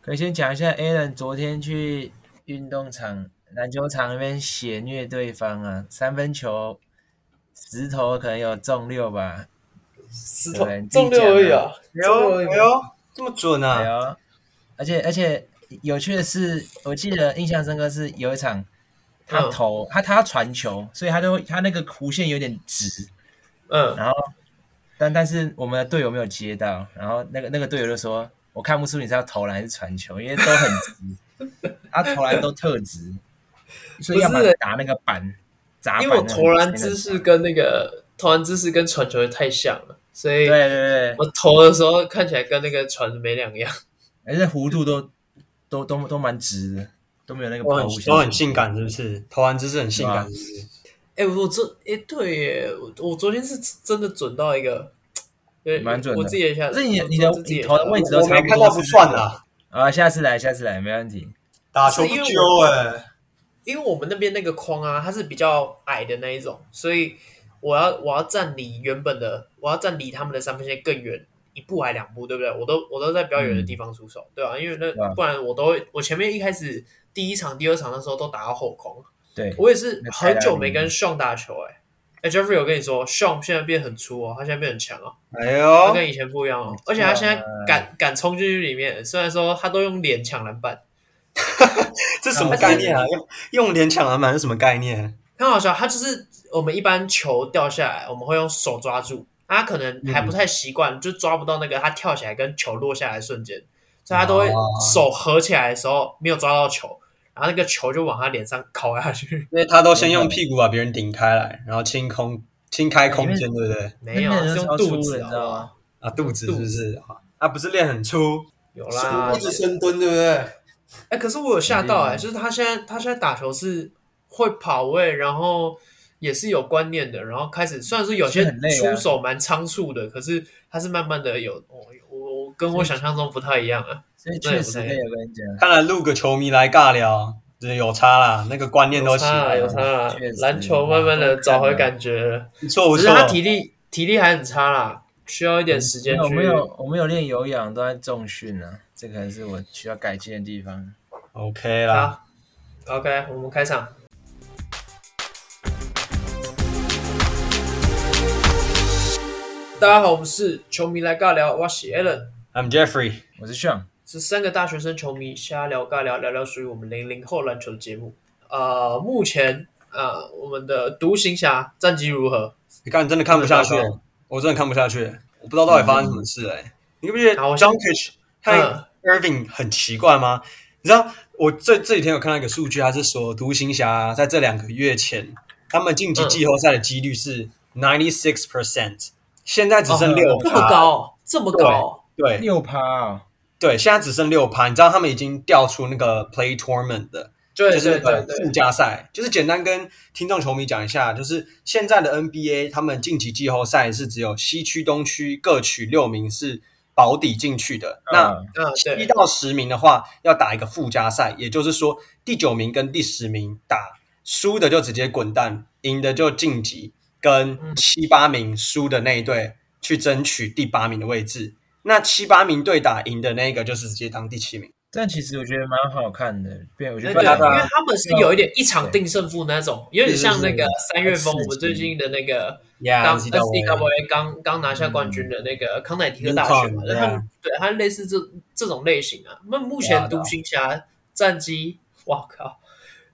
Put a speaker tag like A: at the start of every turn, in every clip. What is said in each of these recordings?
A: 可以先讲一下 Alan 昨天去运动场、篮球场那边血虐对方啊，三分球石头可能有中六吧？
B: 石
A: 对
B: 头
A: 不对你自己
B: 中六而已啊，
C: 哎
B: 中
C: 呦
B: 六而已
C: 哎呦，这么准
A: 对
C: 啊！
A: 哦，而且而且有趣的是，我记得印象深刻是有一场他
B: 嗯
A: 投、他他要传球，所以他就会他那个弧线有点直，
B: 嗯，
A: 然后但但是我们的队友没有接到，然后那个那个队友就说：“我看不出你是要投篮还是传球，因为都很直，他投篮都特直，所以要把
B: 不是
A: 打那个板砸板
B: 因
A: 那
B: 为我
A: 种。”
B: 投篮姿
A: 啊
B: 势跟那个投篮姿势跟传球也太像了，所以
A: 对对对，对
B: 我投的时候看起来跟那个传没两样。
A: 而且弧度都都都都蛮直的，都没有那个
C: 都
A: 抛
C: 很
A: 物线
C: 都很性感，是不是？投篮姿势很性感，是不是？
B: 哎、我这哎、对耶，我我昨天是真的准到一个，对，
A: 蛮准的
B: 我自己也下，
A: 可是你的
B: 我
A: 你的
B: 我自己也
A: 你投的
B: 吓到
A: 位置都
C: 啊我没看到不算啦，
A: 啊！下次来，下次来，没问题。
C: 打球不
B: 是因为
C: 丢哎，
B: 因为我们那边那个框啊，它是比较矮的那一种，所以我要我要站离原本的，我要站离他们的三分线更远一步还两步，对不对？我都我都在比较远的地方出手，对吧、因为
A: 嗯对啊
B: 那不然我都会我前面一开始第一场、第二场的时候都打到后空，
A: 对，
B: 我也是
A: 那太大
B: 很久没
A: 力了
B: 跟 Sean 打球哎、哎、j e f f r e y 我跟你说，Sean 现在变很粗哦，他现在变很强哦，
C: 哎
B: 他
C: 呦，
B: 跟以前不一样哦，而且
A: 是啊
B: 他现在敢敢冲进去里面，虽然说他都用脸抢篮板，
C: 这什么概念啊？用用脸抢篮板是什么概念？
B: 很好笑，他就是我们一般球掉下来，我们会用手抓住，他可能还不太习惯，就抓不到那个他跳起来跟球落下来的瞬间，所以他都会
C: 哦
B: 手合起来的时候没有抓到球，然后那个球就往他脸上敲下去，
C: 因为他都先用屁股把别人顶开来，然后清空清开空间，对不对？
B: 没有
A: 那个
B: 是
A: 人
B: 用
A: 超
B: 肚
A: 粗
B: 子，
A: 的你
B: 好不
A: 知道吗
B: 好？
C: 啊，肚子是不是？啊，不是练很粗，
B: 有啦，
C: 深蹲，对不对？
B: 哎、可是我有吓到
A: 嗯
B: 哎、就是他现在他现在打球是会跑位，然后也是有观念的，然后开始虽然说有些
A: 是很累啊
B: 出手蛮仓促的，可是他是慢慢的有我我我跟我想象中不太一样啊。
A: 所以确实累，我跟你讲，
C: 看来录个球迷来尬聊，这有差啦，那个观念都
B: 有
C: 起
B: 差
C: 来
B: 啊，有
C: 了，
B: 差啊
A: 确实！
B: 篮球慢慢的找回感觉了，
C: 不错不
B: 只是
C: 错。
B: 他体力体力还很差啦，需要一点时间
A: 我
B: 去
A: 没。有我没有练有氧，都在重训啊，这可能是我需要改进的地方。
C: OK 啦，
B: 好，OK，我们开场。大家好，我们是球迷来尬聊，我是 Allen，
C: I'm Jeffrey，
A: 我是 Sean，
B: 是三个大学生球迷瞎聊尬聊，聊聊属于我们零零后篮球的节目。呃，目前呃，我们的独行侠战绩如何？
C: 你看真的看不下去
B: 真的糟，
C: 我真的看不下去，我不知道到底发生什么事哎、你不觉
B: 嗯
C: 得
B: 好我
C: j o n k i c h
B: 嗯
C: 和 Irving 很奇怪吗？你知道我这这几天有看到一个数据，它是说独行侠在这两个月前，他们晋级
B: 嗯
C: 季后赛的几率是 ninety six percent，现在只剩
B: 哦
C: 六
B: 这么
C: 趴，
B: 高，这么高，
C: 对，
A: 六趴哦，
C: 对，现在只剩六盘，你知道他们已经调出那个 play tournament 的，
B: 对
C: 就是
B: 对
C: 那
B: 对
C: 个
B: 对
C: 附，加赛，就是简单跟听众球迷讲一下，就是现在的 NBA 他们晋级季后赛是只有西区、东区各取六名是保底进去的，那
A: 嗯
B: 嗯对
C: 一。到十名的话要打一个附加赛，也就是说第九名跟第十名打，输的就直接滚蛋，赢的就晋级，跟
B: 嗯
C: 七八名输的那一队去争取第八名的位置。那七八名对打赢的那一个就是直接当第七名。
A: 但其实我觉得蛮好看的，变我觉
B: 那
A: 得
B: 个，
A: 大
C: 对
B: 因
A: 家
B: 为他们是有一点一场定胜负那种，有点像那个三月
A: 是是
B: 份
A: 是
B: 我们最近的那个刚
C: Yeah，
B: NCAA 刚刚拿下冠军的那个康乃狄克大学嘛，
C: 嗯
B: 那他们对他类似这这种类型啊。那目
C: 对
B: 前
C: 啊对啊
B: 独行侠战绩，哇靠，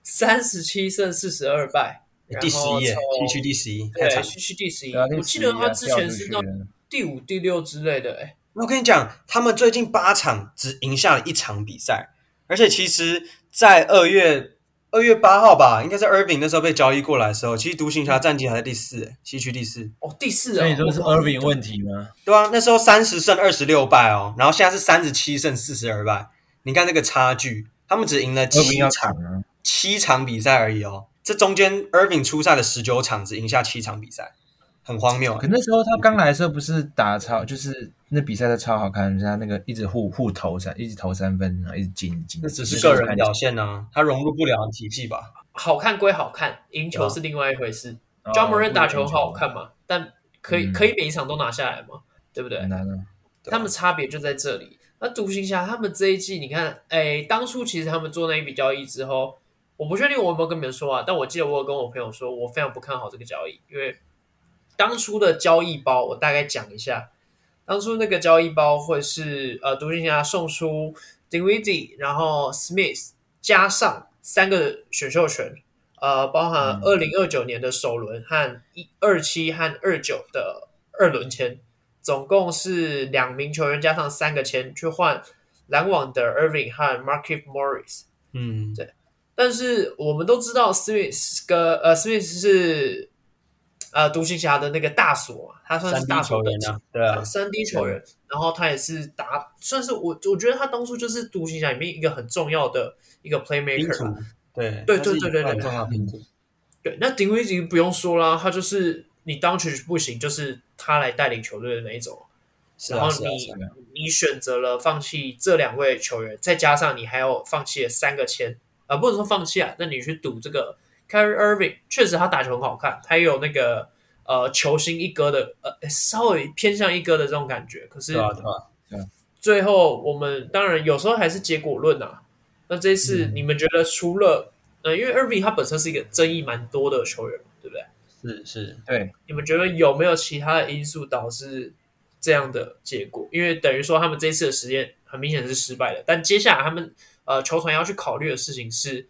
B: 三十七胜四十二败，
C: 第十一耶
B: 然后，
C: 西区第十一，太
B: 对，
C: 惨了。
B: 西区第十一。
A: 对啊
B: 我记得他之前是到
A: 掉出去了
B: 第五、第六之类的，哎，
C: 我跟你讲，他们最近八场只赢下了一场比赛，而且其实，在二月二月八号吧，应该是 Irving 那时候被交易过来的时候，其实独行侠战绩还在第四，欸西区第四。
B: 哦，第四啊，
A: 所以说是
B: 我靠
A: Irving 问题吗？
C: 对啊，那时候三十胜二十六败哦，然后现在是三十七胜四十二败，你看这个差距，他们只赢了七
A: Irving 要
C: 场
A: 抢啊，
C: 七场比赛而已哦。这中间 Irving 出赛了十九场，只赢下七场比赛，很荒
B: 啊
C: 谬
A: 可
C: 欸。
A: 那时候他刚来的时候不是打超，就是那比赛都超好看，就是他那个一直互互投三，一直投三分，然后一直进进。
C: 那只
A: 就是
C: 个人
A: 看
C: 表现啊，他融入不了体系吧？
B: 好看归好看，赢球
C: 对啊
B: 是另外一回事。
A: 哦
B: j o h n m o r a n 打球很好看嘛，但可以
A: 嗯
B: 可以每一场都拿下来嘛，对不对
A: 很？难啊。
C: 对啊
B: 他们差别就在这里。那独行侠他们这一季，你看，哎，当初其实他们做那一笔交易之后，我不确定我有没有跟你们说啊，但我记得我有跟我朋友说，我非常不看好这个交易，因为当初的交易包，我大概讲一下，当初那个交易包会是呃，独行侠送出 d i n w i d d i 然后 Smith 加上三个选秀权，呃，包含
A: 嗯
B: 二零二九年的首轮和一二七和二九的二轮签，总共是两名球员加上三个签去换篮网的 Irving 和 Markif Morris。
C: 嗯，
B: 但是我们都知道 Smith 跟呃 Smith 是呃独行侠的那个大锁嘛，他算
C: 三
B: 是
C: D
B: 大锁
C: 球
B: 等
C: 员
B: 级
C: 啊，对啊，
B: 三 D 球员，然后他也是打，算是我我觉得他当初就是独行侠里面一个很重要的一个
C: 拼
B: playmaker
C: 图
B: 吧。，
C: 啊对
B: 对
C: 他是
B: 对对对对
C: 很重要的拼图，
B: 对，那顶威已经不用说啦，他就是你当局不行，就是他来带领球队的那一种。
C: 是
B: 然
C: 啊
B: 后
C: 是啊
B: 你
C: 是啊，
B: 你选择了放弃这两位球员，再加上你还有放弃了三个签，啊、不能说放弃啊，那你去赌这个 Kyrie Irving，确实他打球很好看，他也有那个呃球星一哥的呃稍微偏向一哥的这种感觉，可是
C: 对啊对啊，
B: 最后我们当然有时候还是结果论啊。那这一次
C: 嗯
B: 你们觉得除了、呃，因为 Irving 他本身是一个争议蛮多的球员嘛，对不对？
C: 是是，
A: 对，
B: 你们觉得有没有其他的因素导致这样的结果？因为等于说他们这次的实验很明显是失败的，但接下来他们呃球团要去考虑的事情是，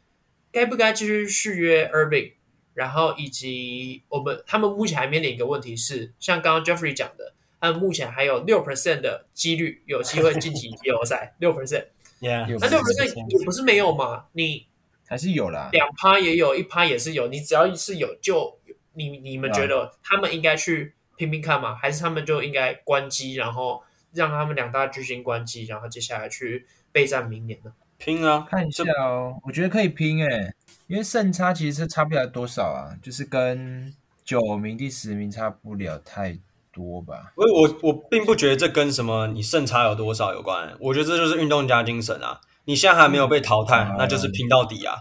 B: 该不该继续续约 Irving，然后以及我们他们目前还面临一个问题是，像刚刚 Jeffrey 讲的，他们目前还有六 percent 的几率有机会晋级季后赛，六 percent，
C: Yeah，
A: 有
B: 那六
A: 6%
B: percent 也不是没有嘛，你
A: 还是有啦。
B: 两趴也有，一趴也是有。你只要是有，就你你们觉
A: 啊
B: 得他们应该去拼拼看吗？还是他们就应该关机，然后让他们两大巨星关机，然后接下来去备战明年呢？
C: 拼啊，
A: 看一下哦，我觉得可以拼诶、因为胜差其实是差不了多少啊，就是跟九名、第十名差不了太多吧。
C: 我我我并不觉得这跟什么你胜差有多少有关，我觉得这就是运动家精神啊。你现在还没有被淘汰，
A: 嗯
C: 那就是拼到底啊。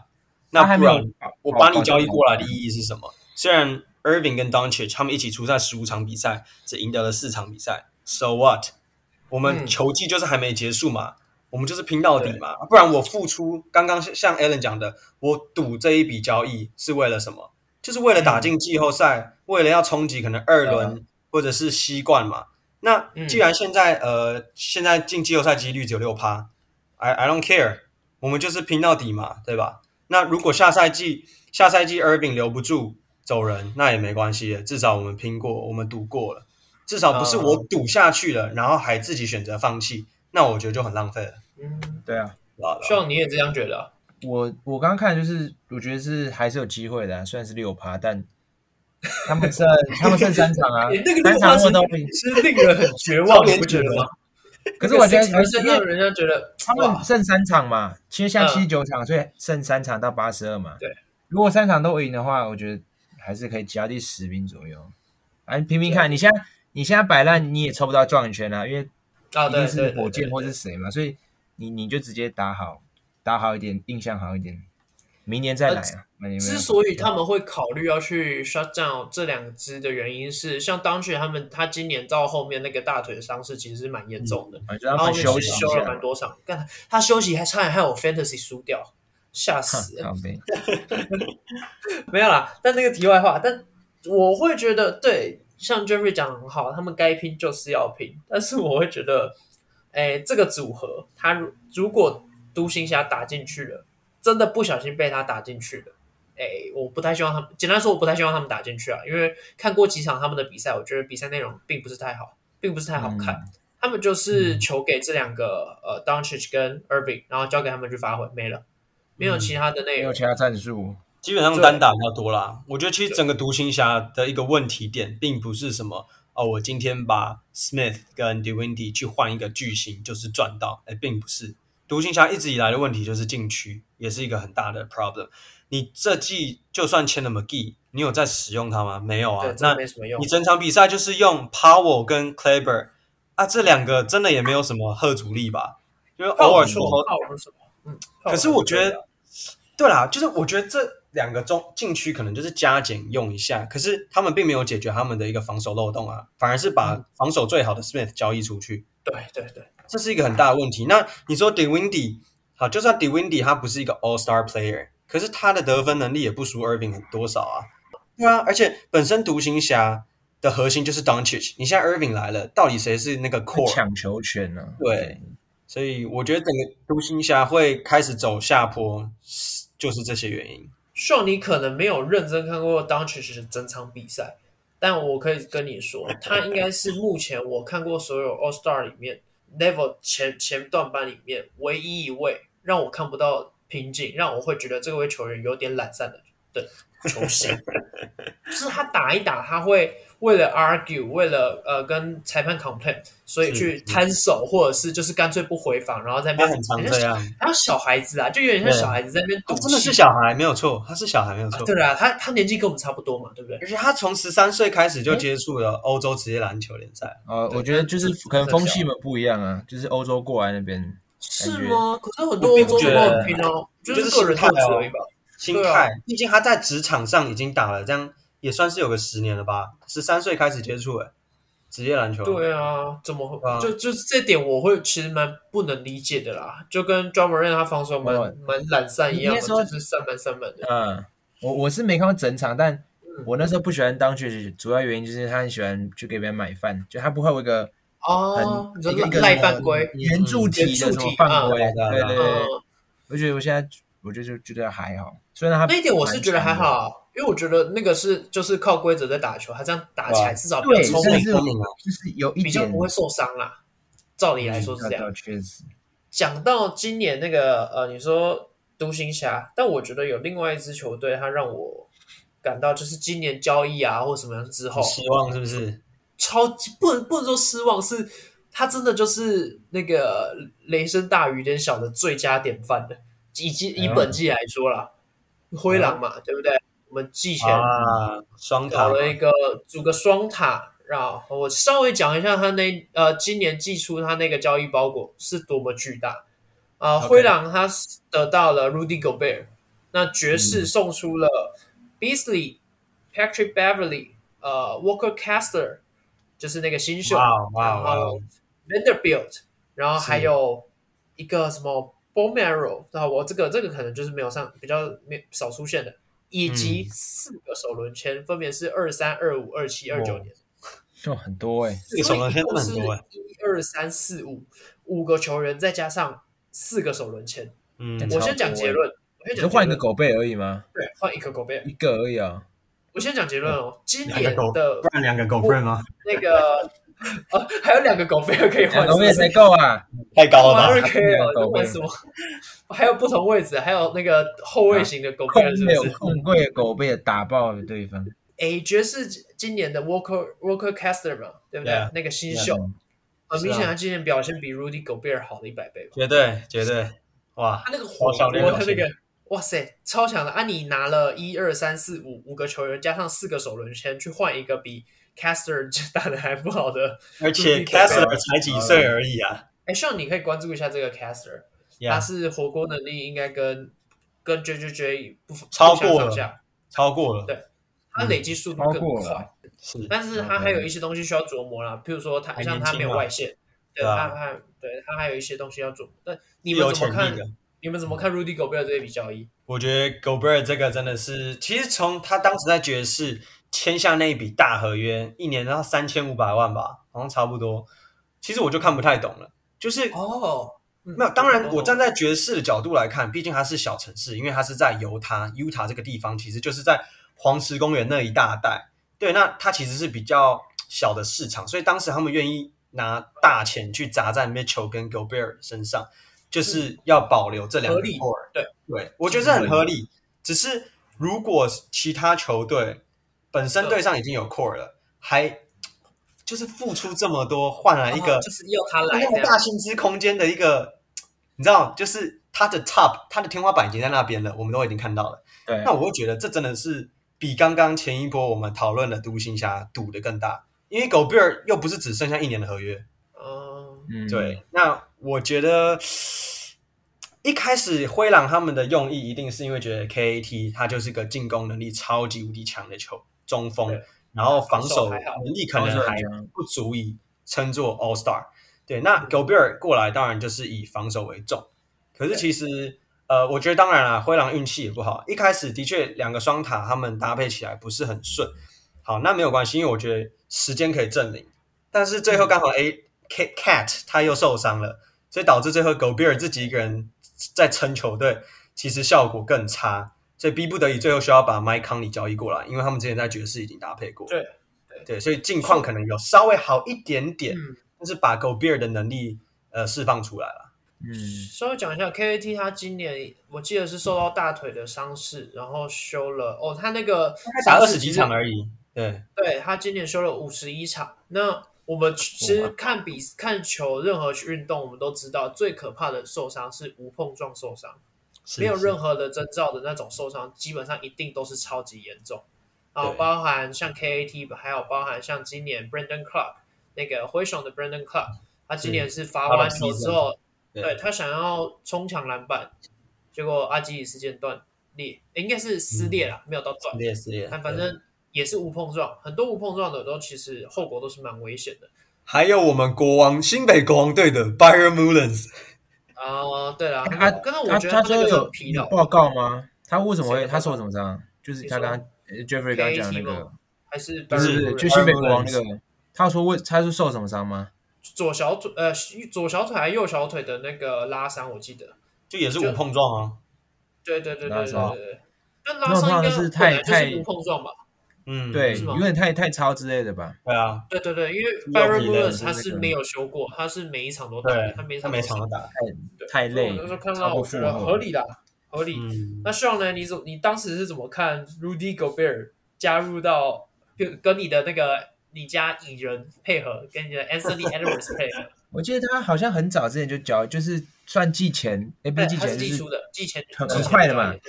A: 他
C: 那
A: 还
C: 不
A: 没有
C: 然啊
A: 哦
C: 我把你交易过来的意义是什么？虽然 Irving 跟 Doncic 他们一起出赛十五场比赛，只赢得了四场比赛，So what？我们
B: 嗯
C: 球季就是还没结束嘛，我们就是拼到底嘛。啊不然我付出，刚刚像像 Alan 讲的，我赌这一笔交易是为了什么？就是为了打进季后赛，为了要冲击可能二轮或者是西冠嘛。那既然现在、呃现在进季后赛几率只有六趴，I I don't care，我们就是拼到底嘛，对吧？那如果下赛季下赛季 Irving 留不住走人，那也没关系的，至少我们拼过，我们赌过了，至少不是
B: 嗯
C: 我赌下去了，然后还自己选择放弃，那我觉得就很浪费了。
B: 嗯，
A: 对啊，
C: 对吧
B: 希望你也这样觉得啊。
A: 我我刚刚看就是，我觉得是还是有机会的、啊，虽然是六趴，但他们剩他们剩三 场啊
B: 你那个，
A: 三
B: 六趴
A: 场
B: 是
A: 我都平。
B: 是令人很 绝望，你不觉得吗？
A: 可是我觉得
B: 还是
A: 因为
B: 让人家觉得
A: 他
B: 哇
A: 们剩三场嘛，其实像
B: 嗯
A: 七十九场，所以剩三场到八十二嘛。
B: 对，
A: 如果三场都赢的话，我觉得还是可以挤到第十名左右。哎，拼拼
C: 啊
A: 看，你现在你现在摆烂，你也抽不到状元圈啊，因为
B: 啊，
A: 一定
B: 对对
A: 是
B: 对，
A: 火箭或
B: 对
A: 是谁嘛，所以你你就直接打好，打好一点，印象好一点，明年再来啊。那你们
B: 呃之所以他们会考虑要去 shut down 这两支的原因是，像当时他们他今年到后面那个大腿伤势其实是蛮严重哦的，
A: 我觉得
B: 然
A: 他
B: 后
A: 们
B: 面
A: 休
B: 其
A: 息
B: 实
A: 一
B: 休了
A: 下
B: 蛮，多场，干他休息还差点害我 fantasy 输掉，吓死
A: 哼，！靠背
B: 没有啦，但那个题外话，但我会觉得对，像 Jerry 讲得很好，他们该拼就是要拼，但是我会觉得，哎，这个组合他如如果独行侠打进去了，真的不小心被他打进去了。哎，我不太希望他们，简单说，我不太希望他们打进去啊，因为看过几场他们的比赛，我觉得比赛内容并不是太好，并不是太
A: 嗯
B: 好看。他们
C: 嗯
B: 就是球给这两个呃 d o n c i c 跟 Irving，然后交给他们去发挥，没了，没有其他的内
A: 没
B: 容。
C: 嗯
A: 有其他战术，
C: 基本上单打比较多啦。我觉得其实整个独行侠的一个问题点，并不是什么哦，我今天把 Smith 跟 Dewindy 去换一个巨星就是赚到，哎，并不是。独行侠一直以来的问题就是禁区，也是一个很大的 problem。你这季就算签了 McGee，你有在使用它吗？没有啊
B: 对，。真
C: 那
B: 的没什么用
C: 你。整场比赛就是用 Powell 跟 Kleber 啊，这两个真的也没有什么贺阻力吧？就是偶尔出头
B: 炮不是什么，嗯。
C: 可是我觉得，对啦，就是我觉得这两个中禁区可能就是加减用一下，可是他们并没有解决他们的一个防守漏洞啊，反而是把防守最好的 Smith 交易出去，
B: 对对对，
C: 这是一个很大的问题。那你说 Dewindy 好，就算 Dewindy 他不是一个 All Star player，可是他的得分能力也不输 Irving 很多少啊。对啊，而且本身独行侠的核心就是 Doncic，你现在 Irving 来了，到底谁是那个 core？
A: 抢球权呢、啊？
C: 对，所以我觉得整个独行侠会开始走下坡，就是这些原因。
B: 秀你可能没有认真看过 d o n c h 的整场比赛，但我可以跟你说，他应该是目前我看过所有 All Star 里面 Level 前前段班里面唯一一位让我看不到瓶颈，让我会觉得这位球员有点懒散的的球 星。就是他打一打，他会为了 argue，为了呃跟裁判 complain，所以去摊手，或者是就是干脆不回防，然后在那
C: 他
B: 边
C: 很常这样，
B: 还有小孩子啊，就有点像小孩子在那边赌
C: 他
B: 气，
C: 真的是小孩没有错，他是小孩没有错。
B: 对啊，他他年纪跟我们差不多嘛，对不对？
C: 而且他从十三岁开
B: 哎
C: 始就接触了欧洲职业篮球联赛，
A: 呃，
C: 对
A: 我觉得就是可能风气们不一样啊，就是欧洲过来那边，
B: 是
A: 感觉
B: 吗？可是很多欧洲
C: 我并不
B: 的
C: 觉得
B: 都很拼哦，就
C: 就是是
B: 个人特
C: 心态
B: 质
C: 哦
B: 而已吧。
C: 心
B: 对啊
C: 态，毕竟他在职场上已经打了，这样也算是有个十年了吧，十三岁开始接触诶、职业篮球。
B: 对啊，怎么
C: 对啊
B: 会？就就是这点，我会其实蛮不能理解的啦。就跟专门让他防守蛮
A: 哦
B: 蛮懒散一样
A: 应该
B: 嘛，
A: 说
B: 就是散漫散漫的。
A: 嗯，我我是没看过整场，
B: 嗯
A: 但我那时候不喜欢当爵士，主要原因就是他很喜欢去给别人买饭，就他不会有一个
B: 哦，
A: 很
B: 你说
A: 一个一个
B: 赖
A: 什么
B: 犯规，
A: 圆柱体的什么犯规，
C: 嗯
A: 对对
B: 嗯
A: 对，，我觉得我现在我就就觉得还好，虽然他
B: 那一点我是觉得还好啊，因为我觉得那个是就是靠规则在打球，他这样打起来
C: 哇
B: 至少比较
A: 对，
B: 聪
A: 但
B: 明，
A: 是
C: 聪明啊
A: 就是有一
B: 比较
A: 点
B: 不会啊受伤啦。照理来说是这样。
A: 嗯确实，
B: 讲到今年那个呃，你说独行侠，但我觉得有另外一支球队，它让我感到就是今年交易啊或什么样之后，
C: 希望是不是？
B: 超级不能不能说失望，是他真的就是那个雷声大雨点小的最佳典范了，以及
A: 哎
B: 以
A: 呦
B: 本季来说啦，灰狼嘛，对不对？我们季前
C: 嗯啊，双
B: 搞
C: 塔
B: 了一个组个双塔，然后我稍微讲一下他那呃今年寄出他那个交易包裹是多么巨大啊、呃
C: OK
B: 灰狼他得到了 Rudy Gobert，那爵
C: 嗯
B: 士送出了 Beasley、Patrick Beverly、呃 Walker Kessler，就是那个新秀，
C: 哇哇
B: 然
C: 哇哦
B: 后！Vanderbilt，然后还
C: 是
B: 有一个什么 b o m e r o 然后我这个这个可能就是没有上比较没少出现的，以及四个首轮签，分别是二三、二五、二七、二九
C: 哇
B: 年，
A: 就很多哎、
C: 这个首轮签真的很多哎
B: 一二三四五五个球员，再加上四个首轮签。
C: 嗯，
A: 很
B: 我
A: 超
B: 先讲
A: 多
B: 结
A: 哎
B: 论，我先
A: 你
B: 讲
A: 就
B: 结
A: 换一个
B: 论，
A: 狗贝而已吗？
B: 对，换一个狗贝尔
A: 一。个而已啊，
B: 我先讲结论哦，今
C: 两个
B: 年
C: 狗
B: 的
C: 不然两个狗 friend 吗？
B: 那个哦，还有两个狗贝尔可以
A: 两
B: 换，
A: 个
B: 是
A: 位
B: 不是
A: 才够啊，
C: 太高
B: 马
C: 了
B: 瑞
C: 吧？
B: K 哦，你玩什么？还有不同位置，还有那个后卫型的狗贝
A: 控
B: 尔是不
A: 啊没有
B: 是？
A: 控贵的狗贝打爆了对方，
B: 诶，爵士今年的 Walker Walker Kessler 嘛，对不对
C: Yeah，
B: 那个新秀
A: yeah，
B: 很明显
C: 是啊
B: 他今年表现比 Rudy 狗贝尔好了一百倍吧。
C: 绝对绝对！哇，
B: 他那个火
C: 好
B: 锅
C: 少量表
B: 他
C: 现
B: 那个，哇塞，超强的！啊，你拿了一二三四五五个球员，加上四个首轮签，去换一个比 Kessler 打的还不好的。
C: 而且 Kessler 才几
B: 呃
C: 岁而已啊！
B: 诶，希望你可以关注一下这个 Kessler。他
C: Yeah，
B: 是火锅能力应该跟跟 J J J 不
C: 超
B: 不相
C: 过
B: 上
C: 了
B: 下，
C: 超过了，
B: 对他累积速度
A: 嗯超
B: 更
A: 过
B: 快，
A: 了，
C: 是
B: 但是他还有一些东西需要琢磨啦，譬如说他
C: 还
B: 像
C: 年
B: 他
C: 轻
B: 没有
C: 嘛
B: 外线，对
C: 对啊
B: 他他对他还有一些东西要琢磨。但你
C: 是
B: 们
C: 有
B: 怎么
C: 潜
B: 看
C: 力的。？
B: 你们怎么看 Rudy Gobert 这一笔交易？
C: 我觉得 Gobert 这个真的是，其实从他当时在爵士签下那一笔大合约，一年到三千五百万吧，好像差不多。其实我就看不太懂了，就是
B: 哦，
C: 没有。当然，我站在爵士的角度来看，毕竟它是小城市，因为它是在犹他 Utah 这个地方，其实就是在黄石公园那一大带。对，那它其实是比较小的市场，所以当时他们愿意拿大钱去砸在 Mitchell 跟 Gobert 身上，就是要保留这两个
B: 嗯合理
C: core
B: 对
C: 对，我觉得这很合理。只是如果其他球队本身队上已经有 core 了，还就是付出这么多换来一个
B: 哦就是要他来
C: 那
B: 这
C: 么
B: 样
C: 大薪资空间的一个，你知道，就是他的 top，他的天花板已经在那边了，我们都已经看到了。
A: 对
C: 那，我会觉得这真的是比刚刚前一波我们讨论的独行侠赌的更大，因为狗贝尔又不是只剩下一年的合约。
B: 嗯，
A: 嗯，
C: 对，那我觉得一开始灰狼他们的用意一定是因为觉得 KAT 他就是个进攻能力超级无敌强的球中锋
B: 对，
C: 然后防
B: 防守
C: 守
B: 还好
C: 能力可
A: 高
C: 能
A: 手
C: 还
A: 来讲，
C: 不足以称作 All Star。对，那 Gobert 过来当然就是以防守为重，可是其实呃，我觉得当然啦，灰狼运气也不好，一开始的确两个双塔他们搭配起来不是很顺。好，那没有关系，因为我觉得时间可以证明。但是最后刚好 A K Cat 他又受伤了，所以导致最后 Gobert 自己一个人在撑球队，其实效果更差，所以逼不得已最后需要把 Mike Conley 交易过来，因为他们之前在爵士已经搭配过。
B: 对
C: 对，所以近况可能有稍微好一点点，
B: 嗯，
C: 但是把 Gobert 的能力呃释放出来了。
A: 嗯，
B: 稍微讲一下 KAT，他今年我记得是受到大腿的伤势，然后休了哦，他那个
C: 打二
B: 伤势
C: 十
B: 其
C: 几
B: 实
C: 场而已。对，
B: 对他今年休了五十一场。那我们其实看比看球，任何运动，我们都知道最可怕的受伤是无碰撞受伤，没有任
C: 何
B: 何的征兆的那种受伤，基本上一定都是超级严重。啊，
C: 对
B: 包含像 KAT，还有包含像今年 Brandon Clark 那个灰熊的 Brandon Clark，他今年是罚完球之后，
C: 对
B: 对他想要冲抢篮板，结果阿基里斯腱断裂，诶应该是
A: 嗯
B: 撕裂了，没有到断。
C: 裂裂，
B: 但反
C: 对
B: 正也是无碰撞，很多无碰撞的都其实后果都是蛮危险的。
C: 还有我们国王新北国王队的 Byron Mullins，
B: 啊、对啦，
A: 他
B: 刚刚我
A: 他
B: 觉得
A: 他
B: 那
A: 说
B: 个
A: 有
B: 是疲劳，
A: 报告吗？他为什么
B: 谁
A: 会
B: 的
A: 他受怎么伤？就是
B: 你
A: 他
B: 说
A: 刚刚呃 Jeffrey 刚刚讲的那
B: KAT
A: 个
B: 吗，还是
A: 不是不是，就新北国王那个，他说为他是受什么伤吗？
B: 左小腿呃左小腿还是右小腿的那个拉伤，我记得。
C: 就也是
B: 就
C: 无碰撞啊。
B: 对对对对
A: 拉
B: 对
A: 伤
B: 对对。但拉
A: 那
B: 伤
A: 通
B: 应
A: 常
B: 该
A: 是
B: 本来
A: 太
B: 就是
A: 太
B: 无碰撞吧？
C: 嗯，
A: 对，
B: 是吗
A: 有点太太超之类的吧。
C: 对啊，
B: 对对对，因为
C: 疲劳
B: Byron
C: 的
B: Mullins
A: 是
B: 他
A: 那
B: 是
A: 个
B: 没有修过，他是每一场都打
C: 对，，
B: 他每一
C: 他
B: 场
C: 每
B: 都
C: 场都打。
B: 对
A: 太
B: 所以
A: 累
B: 我那时候看
A: 超
B: 到
A: 过
B: 我觉
A: 负
B: 得
A: 荷
B: 合理啦，合理。
C: 嗯，
B: 那 Sean 呢？你怎你当时是怎么看 Rudy Gobert 加入到跟跟你的那个你家蚁人配合，跟你的 Anthony Edwards 配合？
A: 我记得他好像很早之前就交，就是算季前，哎，不
B: 对，
A: 是季
B: 他是
A: 前，就
B: 技
A: 是
B: 术的，季前
A: 很
B: 季前
A: 很快的嘛
B: 交易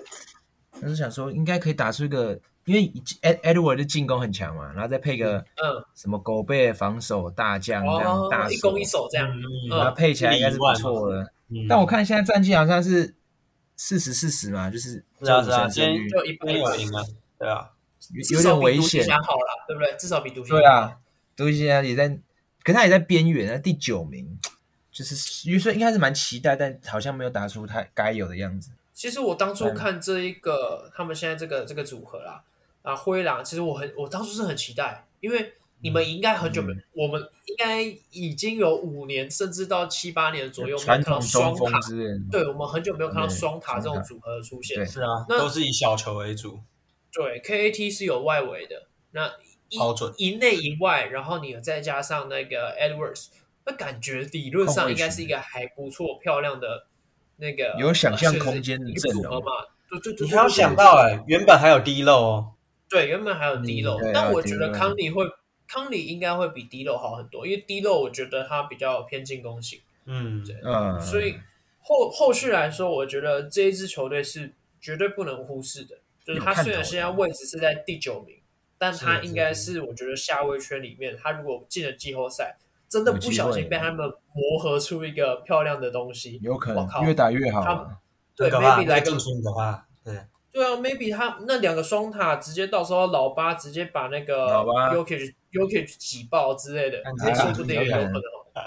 A: 那时候想说应该可以打出一个，因为 Ed Edward 的进攻很强嘛，然后再配个
B: 嗯，
A: 什么狗贝尔防守大将这样
B: 哦
A: 大，
B: 一
A: 手
B: 攻一守这样，
A: 然后配起来应该是不错的。
C: 嗯
A: 但我看现在战绩好像是四十四十嘛，就是
C: 是啊
A: 中
C: 是
A: 等胜
C: 啊，今
A: 率
B: 就一
C: 天
B: 般
C: 有赢啊，对啊，
A: 有有点危险。
B: 好了，对不对？至少比独行侠
A: 对啊，独行侠也在，可是他也在边缘啊，第九名，就是于是应该是蛮期待，但好像没有打出他该有的样子。
B: 其实我当初
A: 嗯
B: 看这一个他们现在这个这个组合啦，啊灰狼，其实我很我当初是很期待，因为你们
A: 嗯
B: 应该很久没，我们应该已经有五年甚至到七八年左右没有
A: 传
B: 看
A: 统
B: 到
A: 中
B: 双
A: 锋
B: 塔，
A: 之类的，
B: 对我们很久没有看到
A: 对
B: 双塔这
A: 双
B: 种
A: 塔
B: 组合的出现
A: 对。
C: 是啊，
B: 那
C: 都是以小球为主。
B: 对，KAT 是有外围的，那一
C: 好准
B: 一内一外，然后你再加上那个 Edwards，那感觉理论
A: 控
B: 上
A: 卫
B: 应该
A: 型
B: 是一个还不错漂亮的那个
A: 有想象
B: 呃
A: 空间的
B: 一个
A: 阵
B: 组合
A: 容
B: 嘛。对对对，
C: 你
B: 对
C: 还要
B: 对
C: 想到哎，原本还有低漏哦，
B: 对，原本还有 D 漏、
A: 嗯对啊还
B: 但
A: 有
B: 我觉得
A: D'Lo
B: 康里会康里应该会比 D 漏好很多，因为 D 漏我觉得他比较偏进攻型，
C: 嗯，
A: 嗯，
B: 所以后后续来说，我觉得这一支球队是绝对不能忽视的。就是
A: 有
B: 他
A: 看
B: 虽然
A: 头
B: 现
A: 的
B: 在位置是在第九名，但
C: 是
B: 他
C: 是
B: 应该
C: 是
B: 是我觉得下位圈里面，他如果进了季后赛，真的
A: 有
B: 不
A: 机
B: 小
A: 会
B: 心被
A: 的
B: 他们磨合出一个漂亮的东西，
A: 有可
B: 我
A: 能
B: 靠
A: 越打越好
B: 他
A: 啊。
B: 对
C: 可怕，
B: ，maybe 来
C: 那
B: 个
C: 进去很可怕，对，
B: 对啊，maybe 他那两个双塔直接到时候老八直接把那个
A: 老八
B: y o k i c y o k i c 挤爆之类的
C: 感，觉
B: 这说
C: 上
B: 不
A: 去
B: 定
A: 有
B: 也有
A: 可
B: 可
A: 能
B: 能哦，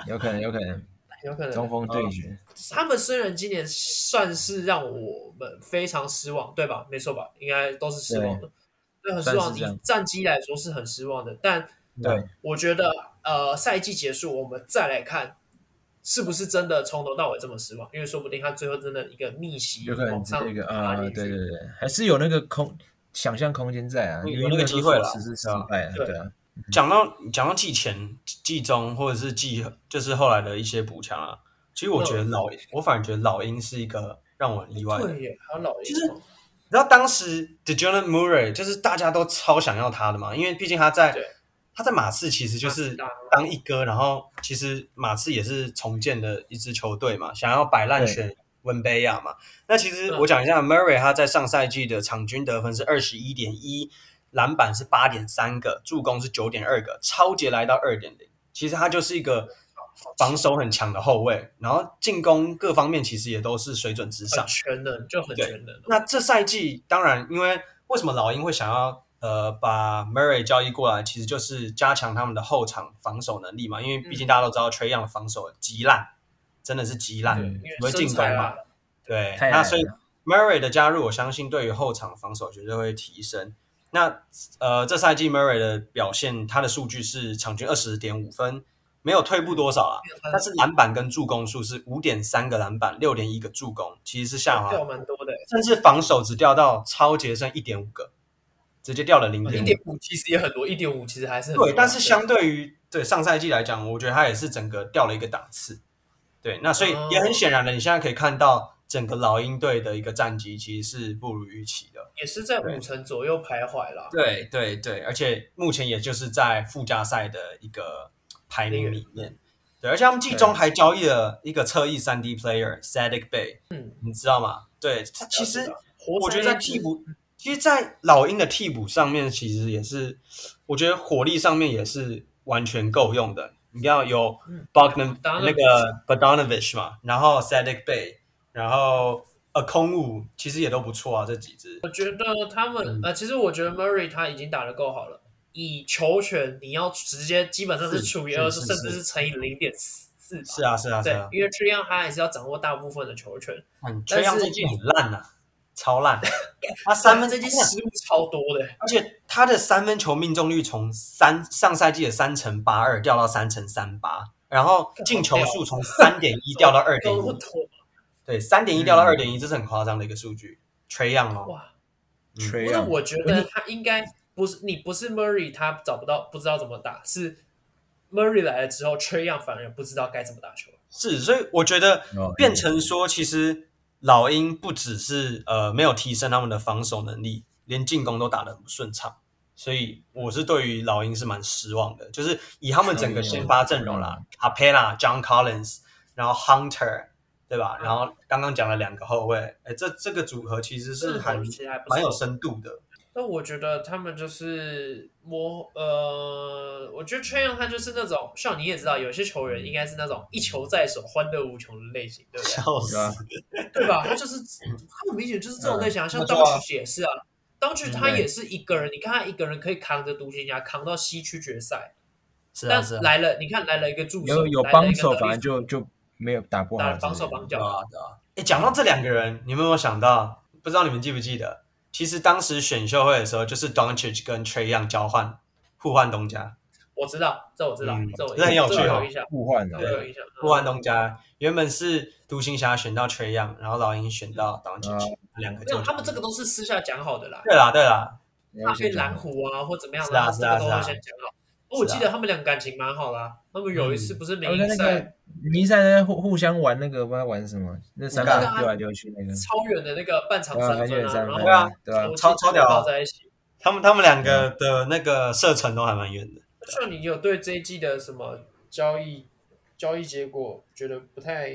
A: 有可能，有可能，
B: 有可
A: 中
B: 能。
A: 锋对决，
B: 他们虽然今年算是让我们非常失望，对吧？没错吧？应该都是失望的，对，很失
A: 算
B: 望。
A: 是这样
B: 以战绩来说是很失望的，但
A: 对，
B: 我觉得呃，赛季结束我们再来看。是不是真的从头到尾这么失望？因为说不定他最后真的一个逆袭，
A: 有可能
B: 往
A: 这
B: 上
A: 个
B: 爬
A: 啊，
B: 进
A: 对
B: 去
A: 对对，还是有那个空想象空间在啊，
C: 有
A: 因为
C: 那个
A: 时候
C: 机会啦
A: 说是失败啊，
B: 对
A: 对啊，
C: 讲到讲到季前、季中或者是季就是后来的一些补强啊，其实我觉得老，我反而觉得老鹰是一个让我很意外的。
B: 对耶，还有老
C: 其
B: 鹰
C: 实
B: 哦，
C: 你知道当时 d e j o n Murray 就是大家都超想要他的嘛，因为毕竟他在
B: 对
C: 他在马刺其实就
B: 马
C: 是
B: 刺大
C: 当一哥，然后其实马刺也是重建的一支球队嘛，想要摆烂选温贝亚嘛。那其实
B: 嗯
C: 我讲一下 Murray 他在上赛季的场均得分是二十一点一，篮板是八点三个，助攻是九点二个，超级来到二点零。其实他就是一个防守很强的后卫，然后进攻各方面其实也都是水准之上
B: 很。全能，就很
C: 对
B: 全能哦。
C: 那这赛季当然，因为为什么老鹰会想要呃把 Murray 交易过来，其实就是加强他们的后场防守能力嘛，因为毕竟大家都知道 Trey Young 的防守极烂，真的是极烂
A: 对，
B: 因
C: 不
B: 为
C: 会进
B: 身
C: 攻
B: 材
C: 嘛
B: 啊。，
C: 对，
A: 太
C: 那
A: 难
C: 所以
A: 了
C: Murray 的加入，我相信对于后场防守绝对会提升。那呃，这赛季 Murray 的表现，他的数据是场均二十点五分，没有退步多少
B: 嗯
C: 啊。但是篮板跟助攻数是五点三个篮板，六点一个助攻，其实是下滑，
B: 掉蛮多的，
C: 甚至防守只掉到超杰剩一点五个，直接掉了哦零
B: 一
C: 点
B: 点
C: 五。
B: 五其实也很多，一点五其实还是很多
C: 对，但是相对于对上赛季来讲，我觉得他也是整个掉了一个档次。对，那所以也很显然的，你现在可以看到整个老鹰队的一个战绩其实是不如预期的。
B: 也是在
C: 对
B: 五成左右徘徊啦。
C: 对对对，而且目前也就是在附加赛的一个排名里面。对，而且他们季中还交易了一个侧翼三 D player Sadik Bay，
B: 嗯，
C: 你知道吗？对，他其实
B: 活
C: 我觉得
B: 塞
C: 在替补，其实，在老鹰的替补上面，其实也是，我觉得火力上面也是完全够用的。你要有
B: 嗯
C: Bogdan、
B: Bogdanovich
C: 那个 Bogdanovich 嘛，然后 Sadik Bay，然后呃空物，其实也都不错啊，这几支。
B: 我觉得他
C: 嗯
B: 们呃，其实我觉得 Murray 他已经打得够好了。以球权，你要直接基本上是
C: 是
B: 除以二，
C: 是是
B: 甚至是乘以零点四四吧。
C: 是啊，是啊，是
B: 对
C: 啊，。
B: 因为这样他还是要掌握大部分的球权。
C: 嗯，
B: 但
C: 崔杨
B: 是
C: 这季很烂呐、超烂。啊他三分
B: 这季失误超多的，
C: 而且他的三分球命中率从三上赛季的三乘八二掉到三乘三八，然后进球数从三点一掉到二 点
B: 掉那么
C: 一，
B: 多，
C: 对，三点一掉到二点一，这是很夸张的一个数据。吹样哦，
B: 哇！
C: 嗯
B: 不
A: 吹啊
B: 是，
A: 样，
B: 我觉得他应该不是你不是 Murray，他找不到不知道怎么打，是 Murray 来了之后，崔样反而不知道该怎么打球。
C: 是，所以我觉得
A: 哦
C: 变成说，其实老鹰不只是呃没有提升他们的防守能力，连进攻都打得很不顺畅。所以我是对于老鹰是蛮失望的，就是以啊嗯他们整个先发阵容啦，Capella、John Collins，然后 Hunter，对吧？然后刚刚讲了两个后卫，哎，这这个组合其实是还
B: 好其实还不
C: 蛮有
B: 错
C: 深度的。
B: 那我觉得他们就是摸呃，我觉得崔杨他就是那种，像你也知道，有些球员应该是那种一球在手，欢乐无穷的类型，对不对？
C: 笑
A: 对啊
C: 死！
B: 对吧？他就是他很明显就是这种类型啊，像
C: 没错
B: 当
C: 啊
B: 曲也是啊，当曲他也是一个人，你看他一个人可以扛着独行侠扛到西区决赛，
C: 是啊，
B: 但
C: 是啊，
B: 来了，你看来了一个助手，
A: 有有
B: 来了一
A: 帮
B: 个
A: 手，
B: 得力
A: 反正就就没有打不好
B: 打
A: 之类
B: 得
A: 的。
B: 帮手帮
C: 对
B: 脚，
C: 啊，对啊。哎，讲到这两个人，你们有没有想到？不知道你们记不记得？其实当时选秀会的时候，就是 Doncic 跟 Trey Young 交换互换东家，
B: 我知道，这我知道
C: 嗯，
B: 这我
C: 这很有趣哦
B: 这我有印象，
A: 互换
B: 这
A: 了
B: 我。有印象，
C: 互换东家。原本是独行侠选到 Trey Young，然后老鹰选到 Doncic，、两个
B: 没
C: 就
B: 有，他们这个都是私下讲好的啦，
C: 对啦，对啦，
A: 然
B: 怕
A: 后
B: 被
A: 先讲
B: 蓝湖啊或怎么样
C: 是
B: 的，
C: 啊
B: 他们
C: 是
B: 这
C: 啊
B: 个都
C: 是啊
B: 会先讲好。哦我记得他们俩感情蛮好啦，他们有一次不是
A: 啊嗯他
B: 明
A: 们在
B: 星
A: 那
B: 赛
A: 个迷赛在互互相玩那个，不知道玩什么，那三分
B: 那个啊
A: 丢来丢去那个，
B: 超远的那个半场
A: 对啊，
B: 三
A: 很
B: 分
A: 远
B: 啊，
A: 三分
B: 然后
C: 对啊，
A: 对啊，
B: 超
C: 超超屌啊
B: 抱在一起。
C: 他们他们两个的那个射程都还蛮远的。
B: 像你有对这一季的什么交易交易结果觉得不太，